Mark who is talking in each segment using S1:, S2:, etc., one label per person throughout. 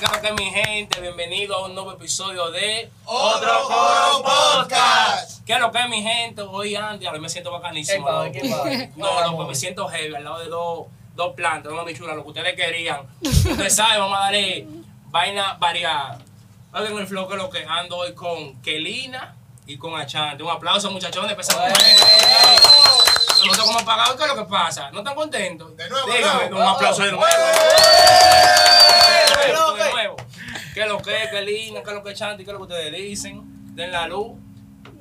S1: Claro que mi gente, bienvenido a un nuevo episodio de
S2: Otro Coro Podcast.
S1: ¿Qué es lo que es mi gente? Hoy Andy, ahora me siento bacanísimo.
S3: Epa,
S1: loco.
S3: ¿qué pasa?
S1: No, loco, me siento heavy al lado de dos, dos plantas, dos bichuras, lo que ustedes querían. Ustedes saben, vamos a darle vaina variada. Oigan el flow que es lo que ando hoy con Kelina y con Achante. Un aplauso, muchachones. Empezamos. Nosotros como pagados, ¿qué es lo que pasa? ¿No están contentos?
S2: De nuevo,
S1: Dígame,
S2: de
S1: un
S2: nuevo.
S1: aplauso de nuevo.
S2: ¡Eh!
S1: De nuevo, de nuevo. ¿Qué es lo que es, Kelina? ¿Qué es lo que es Chanti? ¿Qué es lo que ustedes dicen? Den la luz.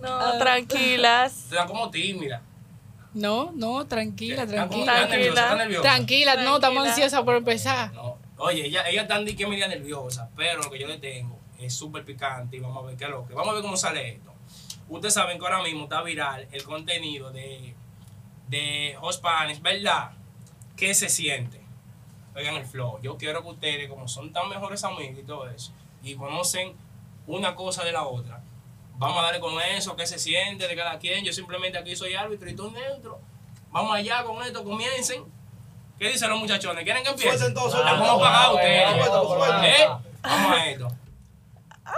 S4: Ah,
S5: No, tranquilas.
S1: Te dan como tímida.
S4: No, no, tranquila,
S1: Están como-
S4: tranquila.
S1: están nerviosas, están nerviosas.
S4: Tranquila, no, estamos
S5: Tranquila.
S4: ansiosas por empezar.
S1: No. Oye, ella, ella está di que media nerviosa, pero lo que yo le tengo es súper picante y vamos a ver qué es lo que. Vamos a ver cómo sale esto. Ustedes saben que ahora mismo está viral el contenido de, de Hot Spanish, ¿verdad? ¿Qué se siente? Oigan el flow. Yo quiero que ustedes, como son tan mejores amigos y todo eso, y conocen una cosa de la otra, vamos a darle con eso, qué se siente de cada quien. Yo simplemente aquí soy árbitro y tú neutro. Vamos allá con esto, comiencen. ¿Qué dicen los muchachones? ¿Quieren que empiece?
S2: Suelten todo,
S3: suelten
S1: Vamos
S3: todo.
S1: a pagar
S3: Ah,
S1: ustedes.
S3: bueno, bueno,
S1: ¿Eh?
S3: bueno.
S1: Vamos a esto. Ay.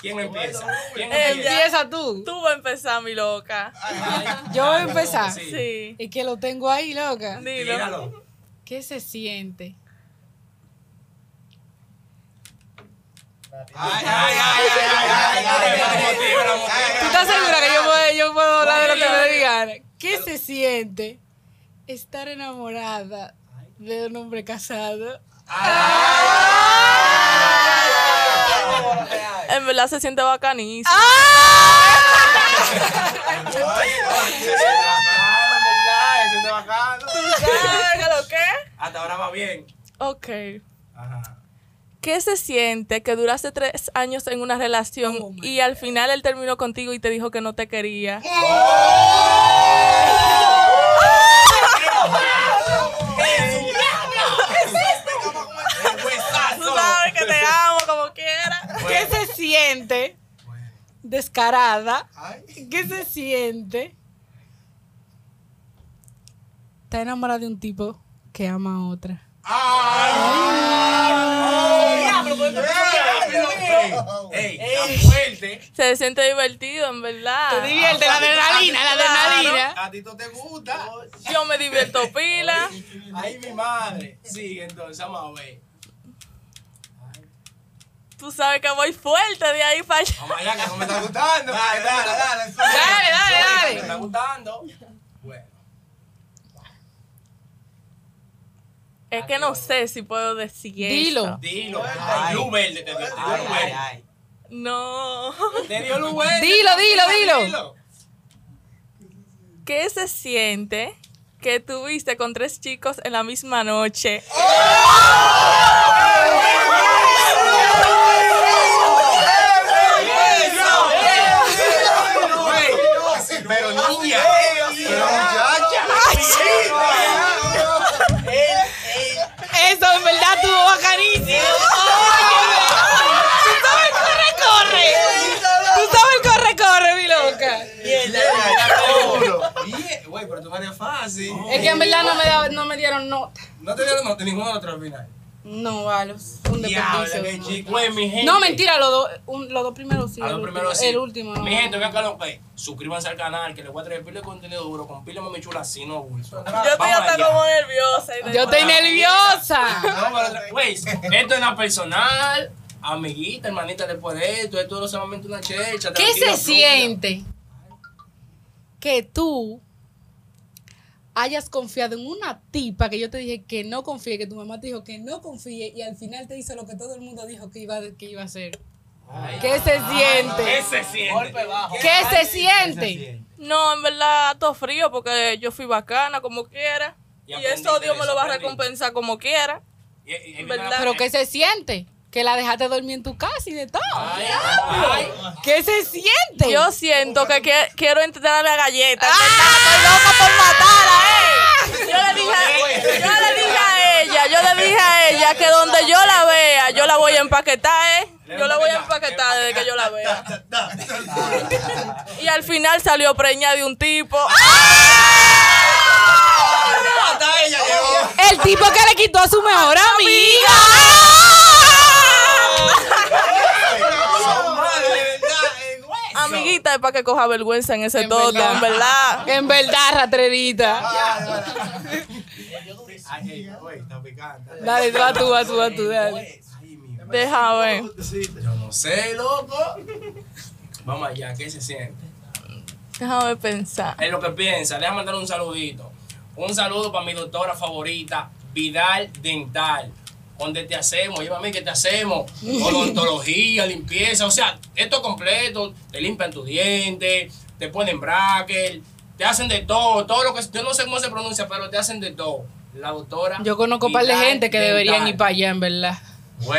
S1: ¿Quién empieza? ¿Quién
S5: Ella.
S1: empieza?
S4: Empieza tú.
S5: Tú vas a empezar, mi loca.
S4: Yo voy a empezar.
S1: Sí.
S5: Sí.
S4: Es que lo tengo ahí, loca.
S5: Dilo.
S1: Tíralo.
S4: ¿Qué se siente?
S2: Ay, ay, ay, ay, ay, ay, ay, ay,
S1: Motívala, motívala.
S4: ¿Tú estás segura que yo puedo, yo puedo hablar de lo que me digan? ¿Qué
S1: Claro.
S4: se siente estar enamorada de un hombre casado?
S5: En verdad se siente bacanísimo.
S4: Ah.
S5: ¿Sabes lo que?
S1: Hasta ahora va bien.
S5: Ok.
S1: Ajá.
S5: ¿Qué se siente que duraste tres años en una relación
S4: Oh, my
S5: y al final él terminó contigo y te dijo que no te quería? Tú sabes que te amo como quieras.
S4: ¿Qué se siente descarada? ¿Qué se siente? Está enamorada de un tipo que ama a otra.
S1: Ey, está fuerte.
S5: Se siente divertido, en verdad.
S4: Te divierte la adrenalina, la adrenalina.
S2: A ti te gusta.
S5: Yo me divierto pila.
S1: Ay, mi madre. Sí, entonces vamos a ver.
S5: Tú sabes que voy fuerte de ahí para allá.
S1: Vamos allá, que no me está gustando.
S2: gustando. Dale, dale, dale.
S4: Dale,
S1: Me
S4: dale,
S1: está
S4: dale.
S1: gustando. Bueno.
S5: Es que no sé si puedo decir eso.
S4: Dilo.
S1: Dilo.
S2: Ay.
S1: Luz verde te dio. Te dio luz verde.
S5: No.
S1: Te dio luz verde.
S4: Dilo, dilo, dilo.
S5: ¿Qué se siente que tuviste con tres chicos en la misma noche?
S2: Pero niña. Pero
S4: Eso en verdad estuvo bacanísimo. Tú sabes el corre, corre. Tú sabes el corre, corre, mi loca.
S1: Güey, pero tú ganas fácil.
S4: Es que en verdad no me, da- no me dieron nota.
S1: No te dieron nota ninguno de los tres finales.
S4: No, vale. Fue un
S1: Diablo, qué
S4: desperdicio.
S1: chico. Güey, mi gente.
S4: No, mentira, los dos, un- los dos primeros sí.
S1: A
S4: el
S1: los
S4: último-
S1: primeros sí.
S4: El último, no.
S1: Mi gente, vean que lo que. pues, Suscríbanse al canal, que les voy a traer pila de contenido duro con pila mami chula, así no bulto.
S5: Yo estoy hasta como nerviosa. y de-
S4: Yo estoy nerviosa.
S1: No, pero otra- Güey, esto es la personal. Amiguita, hermanita, después de esto, esto no es solamente una checha.
S4: ¿Qué
S1: tranquila, fluya.
S4: se siente que tú hayas confiado en una tipa que yo te dije que no confíe, que tu mamá te dijo que no confíe y al final te hizo lo que todo el mundo dijo que iba, que iba a hacer? ¿Qué se
S1: ¿Qué
S4: siente?
S1: se siente?
S4: ¿Qué se siente?
S5: No, en verdad, todo frío porque yo fui bacana como quiera.
S1: Y
S5: Y,
S1: aprendiste
S5: eso Dios
S1: de
S5: me
S1: eso,
S5: lo va a
S1: aprendiste.
S5: recompensar como quiera.
S1: Y- y- y-
S5: ¿Verdad?
S4: ¿Pero qué se siente? Que la dejaste dormir en tu casa y de todo.
S1: Ay, ay,
S4: ¿Qué se siente?
S5: Yo siento que, que- quiero entrar a la galleta. en verdad, Estoy loca por matarla, ¿eh? Yo le, dije a, yo le dije a ella, yo le dije a ella que donde yo la vea, yo la voy a empaquetar, ¿eh? Yo la voy a empaquetar desde que yo la vea. Y al final salió preña de un tipo.
S1: hasta ella llegó.
S4: El tipo que le quitó a su mejor amiga.
S5: amiguita es para que coja vergüenza en ese
S4: En
S5: todo,
S4: verdad.
S5: en verdad.
S4: En verdad, ratrerita.
S1: Ay, ey, güey, está picante.
S4: Dale, tú a tú, vas tú, vas tú, dale.
S1: Ay, mi madre.
S5: Deja ver.
S1: Yo no sé, loco. Vamos allá, ¿qué se siente?
S5: Déjame pensar.
S1: Es lo que piensa. Déjame mandar un saludito. Un saludo para mi doctora favorita, Vidal Dental. Donde te hacemos, lleva a mí que te hacemos. Odontología, limpieza, o sea, esto completo. Te limpian tus dientes, te ponen bracket, te hacen de todo. Todo lo que. Yo no sé cómo se pronuncia, pero te hacen de todo. La doctora.
S4: Yo conozco un par de
S1: Vidal
S4: gente que deberían
S1: Dental.
S4: ir para allá, en verdad.
S1: Bueno.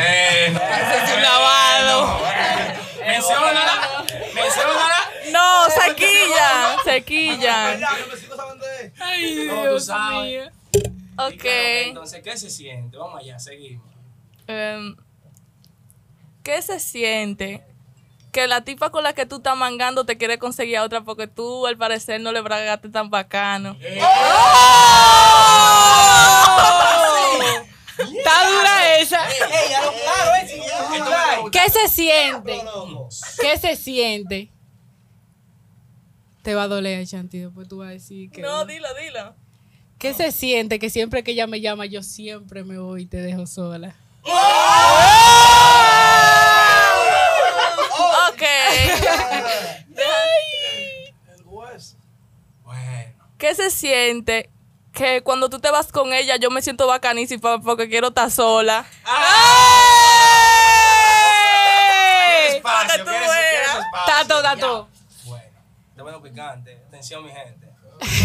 S5: Ese es un lavado.
S1: Bueno. Menciónala. Menciónala.
S5: No, sequilla, sequilla.
S4: Ay,
S1: No, tú
S4: Dios
S1: sabes.
S4: mío.
S1: Y
S5: Ok.
S1: claro, entonces, ¿qué se siente? Vamos allá, seguimos.
S5: Em, ¿Qué se siente? Que la tipa con la que tú estás mangando te quiere conseguir a otra porque tú al parecer no le bragaste tan bacano.
S4: Está dura esa. Eh, ¿Qué se siente?
S1: Vamos.
S4: ¿Qué se siente? Te va a doler, Chanti, después tú vas a decir que...
S5: No, dilo, dilo.
S4: ¿Qué se siente que siempre que ella me llama, yo siempre me voy y te dejo sola?
S5: Ok.
S1: Bueno,
S5: ¿Qué se siente? Que cuando tú te vas con ella yo me siento bacanísima porque quiero estar sola. ¡Ey! Donde
S1: espacio,
S5: tú
S1: ¿quieres- quieres
S5: veas.
S1: espacio?
S4: Tato, tato.
S1: Ya. Bueno, está bueno picante. Atención, mi gente.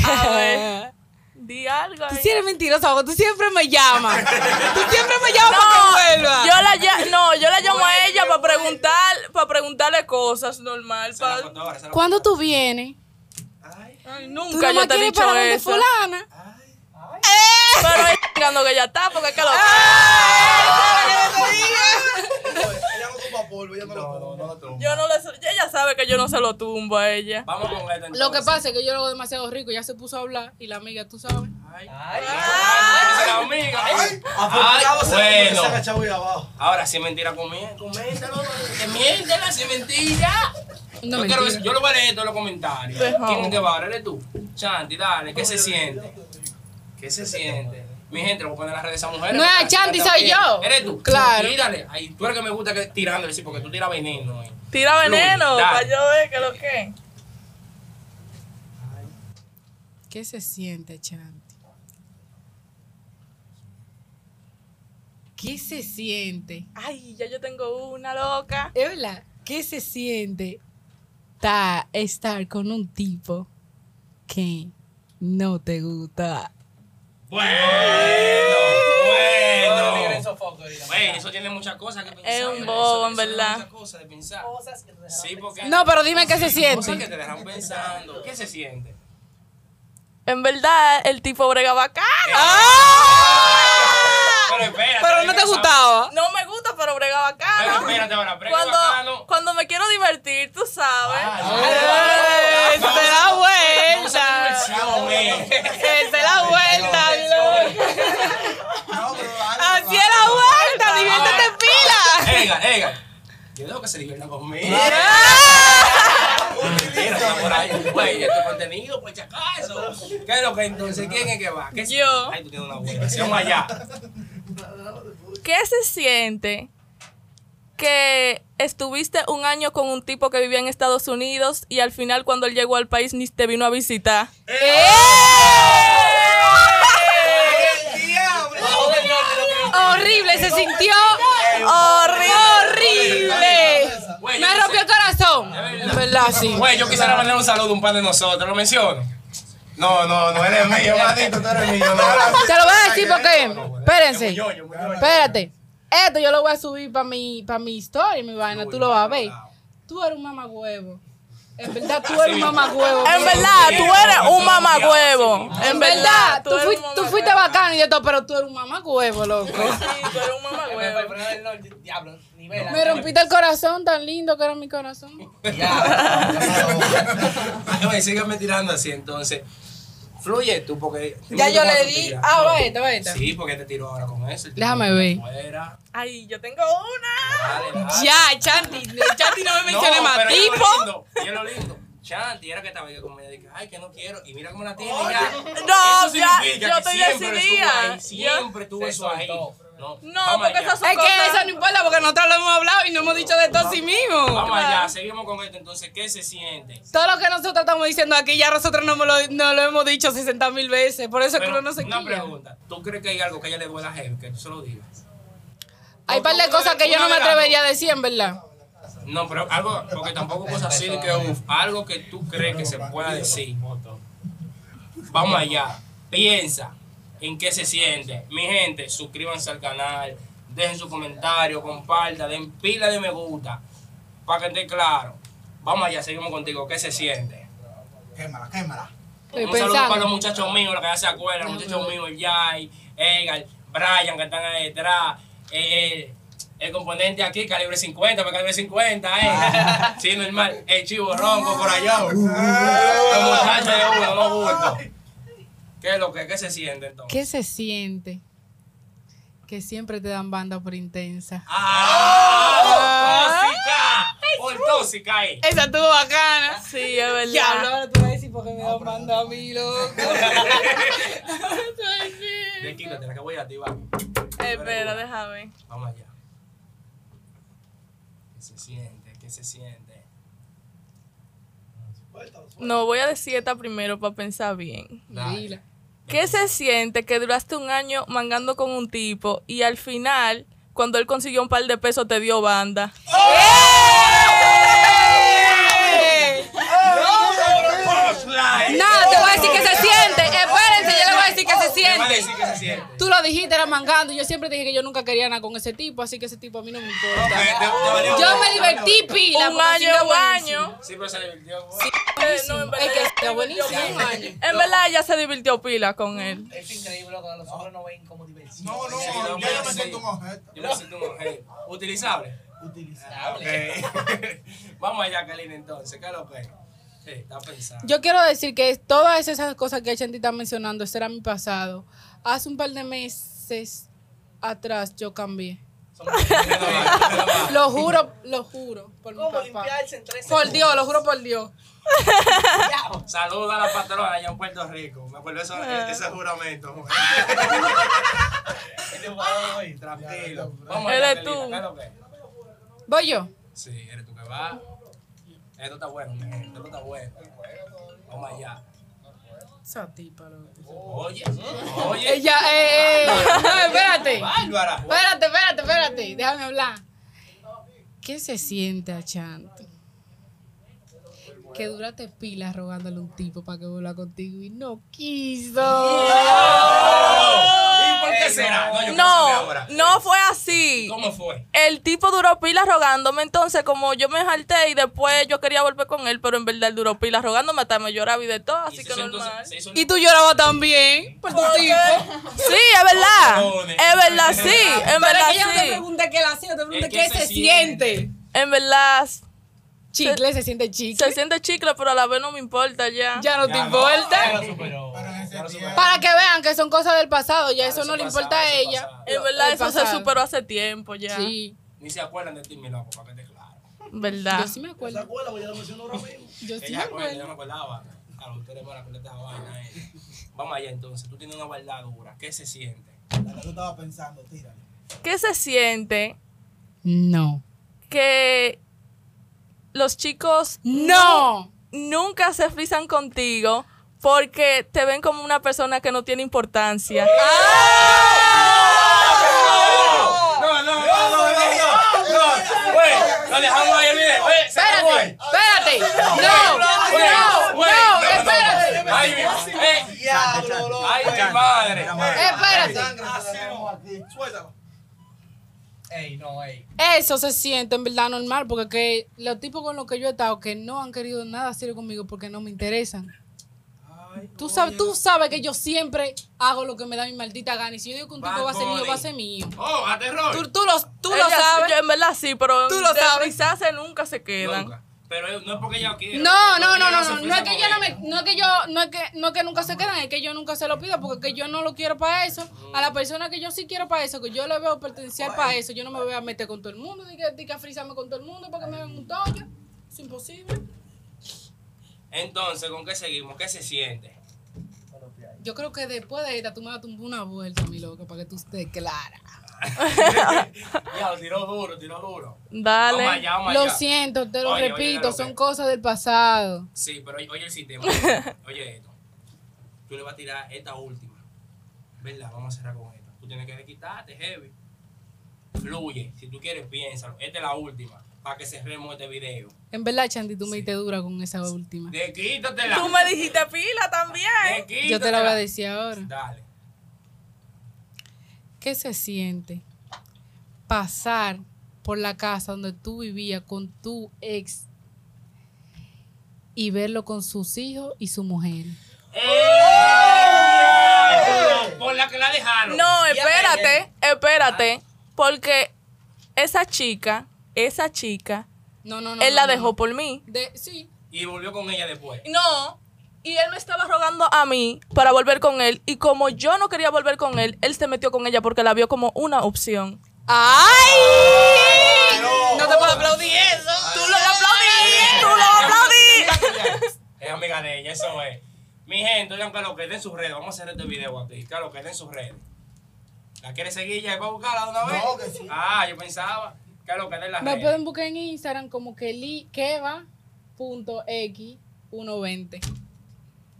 S5: A ver. Di algo.
S4: Tú
S5: ahí.
S4: sí eres mentirosa, porque tú siempre me llamas. Tú siempre me llamas
S5: No,
S4: para que vuelva.
S5: Yo la, lla- no, yo la llamo a ella para preguntar, para preguntarle cosas normal.
S1: Se
S5: pa-
S1: la contó ahora, se la
S4: ¿Cuándo
S1: contó.
S4: tú vienes?
S1: Ay,
S5: Ay,
S4: Tú
S5: nunca yo
S4: no más
S5: te he
S4: quieres
S5: dicho
S4: para donde
S5: eso.
S4: fulana.
S1: ay.
S5: Pero ahí chingando que ya está, porque es que lo.
S1: No, no, no, no, no.
S5: Yo no le, so- ella sabe que yo no se lo tumbo a ella.
S1: Vamos con esta entonces.
S4: Lo que pasa es que yo lo hago demasiado rico, ya se puso a hablar y la amiga, tú sabes.
S1: Ay, ay, ay, la amiga. Ay, Ay, bueno. Ahora, si es mentira, comé- coméntalo. Que miéntela, si es mentira.
S4: No
S1: yo,
S4: mentira.
S1: quiero- yo lo voy a leer todos los comentarios.
S5: Pues,
S1: ¿Quién es
S5: vamos.
S1: que va? Ahora eres tú. Chanti, dale, ¿qué se siente? ¿Qué se siente? Mi gente, voy a poner las redes a esa mujer.
S4: No es
S1: porque
S4: Chanti,
S1: está
S4: soy
S1: bien.
S4: yo.
S1: Eres tú.
S4: Claro.
S1: Tírale. Ay, tú eres que me gusta que tirándole, sí, porque tú tiras veneno. eh.
S5: Tira veneno
S1: Fluye, dale.
S5: para yo ver que lo que.
S4: ¿Qué se siente, Chanti? ¿Qué se siente?
S5: Ay, ya yo tengo una loca.
S4: Es verdad, ¿qué se siente ta- estar con un tipo que no te gusta?
S1: Bueno, bueno. Güey, eso tiene muchas cosas que pensar.
S5: Es un
S1: ¿verdad? Eso-
S5: bobo, en
S1: eso tiene
S5: verdad.
S1: Muchas cosas de pensar. Sí, porque.
S4: No, pero dime qué se
S1: Cosas que
S4: siente.
S1: te dejan pensando. ¿Qué se siente?
S5: En verdad, el tipo brega bacano.
S1: Pero espérate.
S4: Ah. Pero no te
S1: sabe-
S4: gustaba.
S5: No me gusta, pero brega
S1: Pero
S5: bacano.
S1: espérate ahora, brega
S5: Cuando,
S1: bacano.
S5: cuando me quiero divertir, tú sabes.
S4: ¡Eh! ¡Se da vuelta! ¡Se da vuelta, loco! ¡Así es la vuelta! ¡Diviértete pila!
S1: Egan, Egan. Yo dejo que se divierta conmigo. Mira, está por ahí. Güey, este contenido, pues chacazo. ¿Qué es lo que entonces? ¿Quién es que va? ¿Qué se-
S5: Yo.
S1: Ay, tú tienes una buena. Sí, Vamos allá.
S5: ¿Qué se siente que estuviste un año con un tipo que vivía en Estados Unidos y al final cuando él llegó al país ni te vino a visitar?
S4: ¡Horrible! ¡Se sintió horrible!
S1: Güey, yo
S4: ¡Me
S1: no
S4: rompió el corazón! En verdad, sí.
S1: Güey, yo quisiera mandar un saludo a un par de nosotros. ¿Lo menciono? No, no, no eres mío, maldito. Tú eres mío. No,
S4: Se lo voy a decir porque. Espérense.
S1: Yo, yo, yo.
S4: Espérate. Esto yo lo voy a subir para mi, pa mi historia, mi vaina. Tú lo vas a ver. Tú eres un mamagüevo. En verdad, tú eres un mamagüevo.
S5: En verdad, tú eres un mamagüevo. En
S4: En verdad, tú,
S5: eres
S4: fui-
S5: un
S4: tú
S5: mamagüevo.
S4: fuiste bacano y de todo, pero tú eres un mamagüevo, loco.
S5: Sí, tú eres un mamagüevo.
S4: Me rompiste el corazón tan lindo que era mi corazón.
S1: Ay, Güey, síganme tirando así entonces. Fluye tú, porque.
S4: Ya yo le di. Ah, va esta, va esta.
S1: Sí, porque te tiró ahora con eso. el tipo
S4: Déjame
S1: de
S4: ver.
S1: afuera.
S5: Ay, yo tengo una.
S1: Dale, dale.
S4: Ya, Chanti, Chanti no me mencione más.
S1: pero es lo
S4: Tipo.
S1: lindo, y es lo lindo. Chanti era que estaba yo como ella dije, ay, que no quiero. Y mira cómo la tiene. y ya.
S5: No,
S1: Eso
S5: ya,
S1: significa
S5: yo
S1: que
S5: estoy
S1: siempre
S5: decidida.
S1: estuvo ahí, Siempre tuvo
S3: Se
S1: eso ahí.
S3: soltó.
S1: No,
S5: No,
S1: vamos
S5: porque
S1: allá.
S5: esas son
S4: Es que
S5: cosas.
S4: eso no importa porque nosotros lo hemos hablado y no hemos dicho de todo sí mismo.
S1: Vamos
S5: Claro.
S1: allá, seguimos con esto. Entonces, ¿qué se siente?
S4: Todo lo que nosotros estamos diciendo aquí ya nosotros no, me lo, no lo hemos dicho 60 mil veces. Por eso es que
S1: Pero
S4: uno no se
S1: una
S4: quilla.
S1: pregunta. ¿Tú crees que hay algo que a ella le duela a Heavy? Que tú se lo digas.
S4: Hay un par de
S1: Una
S4: cosas que yo no me
S1: verano.
S4: atrevería a decir, en verdad.
S1: No, pero algo, porque tampoco cosas así de que uf, algo que tú crees que se pueda decir. Vamos allá. Piensa en qué se siente. Mi gente, suscríbanse al canal, dejen su comentario, compartan, den pila de me gusta. Para que esté claro. Vamos allá, seguimos contigo. ¿Qué se siente?
S2: Quémala, quémala.
S4: Estoy
S1: un saludo para los
S4: pensando.
S1: muchachos míos, los que ya se acuerdan, los muchachos
S4: Ajá.
S1: míos, el Jai, Edgar, Brian, que están ahí detrás, eh, el, el componente aquí, calibre 50, para calibre 50, eh. sí, normal, el chivo ronco por allá. Los muchachos de uno, no gusto. ¿Qué es lo que qué se siente entonces?
S4: ¿Qué se siente? Que siempre te dan banda por intensa.
S1: ¡Ah! ¡Tóxica! ¡Por tóxica eh. ahí!
S4: Esa estuvo bacana.
S5: Sí, es verdad.
S4: Diablo, ahora tú vas a decir porque me dan banda a mí, loco. Tú vas a decir.
S1: De quítate, la que voy a activar.
S5: Espera, déjame.
S1: Vamos allá. ¿Qué se siente? ¿Qué se siente?
S5: No, voy a decir esta primero para pensar bien.
S1: Dale.
S4: Dila.
S5: ¿Qué se siente que duraste un año mangando con un tipo y al final, cuando él consiguió un par de pesos, te dio banda?
S4: Nada, te voy a decir que se siente. Espérense, yo le voy a decir que
S1: Te
S4: se
S1: va a
S4: siente.
S1: decir que se siente.
S4: Tú lo dijiste, era mangando. Yo siempre dije que yo nunca quería nada con ese tipo, así que ese tipo a mí no me importa. Yo me divertí pila.
S5: un
S4: porque
S5: año,
S4: está
S5: un
S4: buenísimo.
S5: año.
S1: Sí, pero se divirtió.
S5: Eh, no, en verdad,
S4: Es
S5: ella
S4: que
S5: se
S4: está
S5: divirtió
S4: buenísimo.
S5: pila.
S4: Un año.
S5: En verdad, ella se divirtió pila con él.
S3: Es increíble lo que los hombres no ven como diversión.
S2: No, no,
S1: Sí,
S2: yo
S1: no,
S2: ya me
S1: sí.
S2: siento un objeto.
S1: Yo me siento un objeto. ¿Utilizable?
S3: Utilizable.
S1: Ok. Vamos allá, Kalina, entonces. ¿Qué es lo que es? Sí, está pensando.
S4: Yo quiero decir que todas esas cosas que Chanti está mencionando, ese era mi pasado. Hace un par de meses atrás yo cambié. Lo juro, lo juro por mi
S3: ¿Cómo
S4: papá.
S3: limpiarse en tres
S4: Por Dios, lo juro por Dios.
S1: Saluda a la patrona allá en Puerto Rico. Me acuerdo eso,
S4: Ah.
S1: ese juramento. Este Ah. Tranquilo. Vamos allá, Kalina,
S5: Eres tú.
S1: ¿qué es lo que es?
S4: Voy yo.
S1: Sí, eres tú que vas. Esto está bueno, mi gente, Esto está bueno. Vamos allá.
S4: Esa tipa, loco.
S1: Oye, oye.
S4: Ella, eh, eh, no, espérate.
S1: Bárbara.
S4: Espérate, espérate, espérate. Déjame hablar. ¿Qué se siente a Chanti? Que duraste pilas rogándole a un tipo para que vuelva contigo y no quiso.
S1: ¿Y por qué será? yo quiero saber
S5: No,
S1: ahora.
S5: no fue así.
S1: ¿Cómo fue?
S5: El tipo duró pilas rogándome, entonces como yo me jalté y después yo quería volver con él, pero en verdad él duró pilas rogándome, hasta me lloraba y de todo,
S1: Y
S5: así
S1: se
S5: que
S1: hizo
S5: normal.
S1: entonces- se hizo
S4: Y tú llorabas también por tu tipo.
S5: Sí, es verdad.
S1: Perdone.
S5: Es verdad, sí. En
S4: Pero
S5: verdad,
S4: es que yo no te
S5: sí.
S4: pregunté qué la hacía, te pregunté
S1: Es
S4: qué
S1: que se
S4: se, siente.
S1: siente.
S5: En verdad,
S4: Chicle, se siente chicle.
S5: se siente chicle, pero a la vez no me importa ya.
S4: ya no te
S1: Ya no,
S4: importa.
S1: ya lo
S3: superó.
S2: Pero en ese
S1: Claro,
S2: tiempo-
S4: Para que vean que son cosas del pasado, ya eso
S1: eso
S4: no le
S1: pasado,
S4: importa a
S1: eso
S4: ella.
S1: pasado.
S5: En verdad,
S4: El
S5: eso se
S4: pasado.
S5: superó hace tiempo ya.
S4: Sí,
S1: Ni se acuerdan de ti, mi loco, para que te claro.
S5: ¿Verdad?
S4: yo sí me
S3: ¿Se
S4: acuerdo.
S3: acuerda? Voy a mencionar ahora mismo.
S4: Yo sí me
S1: Ella acuerda, pues, yo
S4: acuerdo.
S1: no me acordaba. Claro, ustedes van a acordar de esa vaina. eh. Vamos allá entonces. Tú tienes una verdad dura. ¿Qué se siente?
S2: La que tú estabas pensando, tírale.
S5: ¿Qué se siente
S4: No.
S5: que los chicos
S4: No.
S5: nunca se frisan contigo porque te ven como una persona que no tiene importancia?
S4: Ah,
S5: Ah,
S1: No, no, no, no, no, no. No, güey, lo dejamos ahí el video. Güey, se acabó
S4: Espérate,
S1: ahí.
S4: espérate. No,
S1: Güey,
S4: no,
S1: güey,
S4: no, espérate.
S1: Ay, mi, eh,
S3: Diablo, loco.
S1: ay, mi madre.
S4: Espérate.
S3: Sangre se la tenemos aquí. Ey, no, ey.
S4: Eso se siente en verdad normal porque que los tipos con los que yo he estado que no han querido nada serio conmigo porque no me interesan. Tú sabes, tú sabes que yo siempre hago lo que me da mi maldita gana y si yo digo que un tipo
S1: Bad
S4: va a ser mío,
S1: Bunny.
S4: va a ser mío.
S1: Oh, a terror.
S4: Tú, tú lo, tú lo
S5: Ellas-
S4: sabes.
S5: Yo en verdad sí, pero
S4: Tú lo
S5: de
S4: sabes.
S5: frisarse nunca se quedan.
S1: Nunca. Pero es- no es porque ella quiera.
S4: No, no,
S1: porque
S4: no,
S1: ella
S4: no,
S1: se
S4: no, no es que
S1: ofrece
S4: yo no
S1: por
S4: me,
S1: ella.
S4: no es que yo, no es que, no es que nunca se quedan, es que yo nunca se lo pido porque es que yo no lo quiero para eso. A la persona que yo sí quiero para eso, que yo le veo potencial para eso, yo no me voy a meter con todo el mundo, ni que, ni que a frizarme con todo el mundo porque me ven un toyo. Es imposible.
S1: Entonces, ¿con qué seguimos? ¿Qué se siente?
S4: Yo creo que después de esta tú me vas a tumbar una vuelta, mi loco, para que tú estés clara.
S1: Ya, lo tiró duro, tiró duro. Vamos
S5: Dale.
S1: allá, vamos
S4: Lo
S1: allá.
S4: siento, te lo
S1: Oye, oye,
S4: repito,
S1: lo que-
S4: son cosas del pasado.
S1: Sí, pero oye, oye el sistema. Oye esto. Tú le vas a tirar esta última. ¿Verdad? Vamos a cerrar con esta. Tú tienes que quitarte, heavy. Fluye. Si tú quieres, piénsalo. Esta es la última. Para que cerremos este video.
S4: En verdad, Chandy, tú me diste dura con esa última.
S1: De quítatela.
S5: Tú me dijiste pila también.
S1: De quítatela.
S4: Yo te la voy a decir ahora.
S1: Dale.
S4: ¿Qué se siente pasar por la casa donde tú vivías con tu ex y verlo con sus hijos y su mujer?
S1: ¡Eh! Por la que la dejaron.
S5: No,
S3: Y
S5: espérate, espérate.
S4: Ah.
S5: Porque esa chica, esa chica,
S4: No, no, no.
S5: él
S4: no,
S5: la
S4: no,
S5: dejó
S4: no.
S5: por mí.
S4: De, sí.
S1: Y volvió con ella después.
S5: No. Y él me estaba rogando a mí para volver con él. Y como yo no quería volver con él, él se metió con ella porque la vio como una opción.
S4: ¡Ay!
S5: No te puedo aplaudir eso. Tú lo
S2: ¡Eh!
S5: aplaudí. Tú lo aplaudí.
S1: Es amiga de ella, eso es. Mi gente, oigan, que lo que den en sus redes. Vamos a hacer este video aquí. Que lo que den en sus redes. ¿La quiere seguir ya? ¿Va a buscarla de una vez?
S2: No, que sí.
S1: Ah, yo pensaba. Que lo que den las
S4: Me
S1: redes.
S4: pueden buscar en Instagram como Kelly Keva.x120.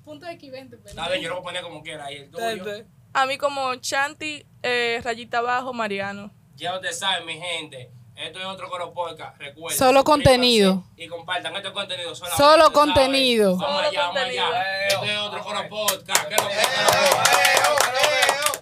S4: Punto X20, perdón.
S1: Está bien, yo lo voy a poner como quiera. Ahí el tuyo.
S5: A mí como Chanti, eh, rayita abajo, Mariano.
S1: Ya ustedes saben, mi gente. Esto es otro Coro Podcast. Recuerden.
S4: Solo
S1: suscríbanse
S4: contenido.
S1: Y compartan este contenido. solamente,
S4: Solo
S1: ustedes saben.
S4: contenido.
S1: Vamos
S5: Solo
S1: allá, vamos allá.
S5: contenido. Eh,
S1: Esto es otro Coro Podcast. Que lo que den las redes.
S2: ¡Eo, eo, eo!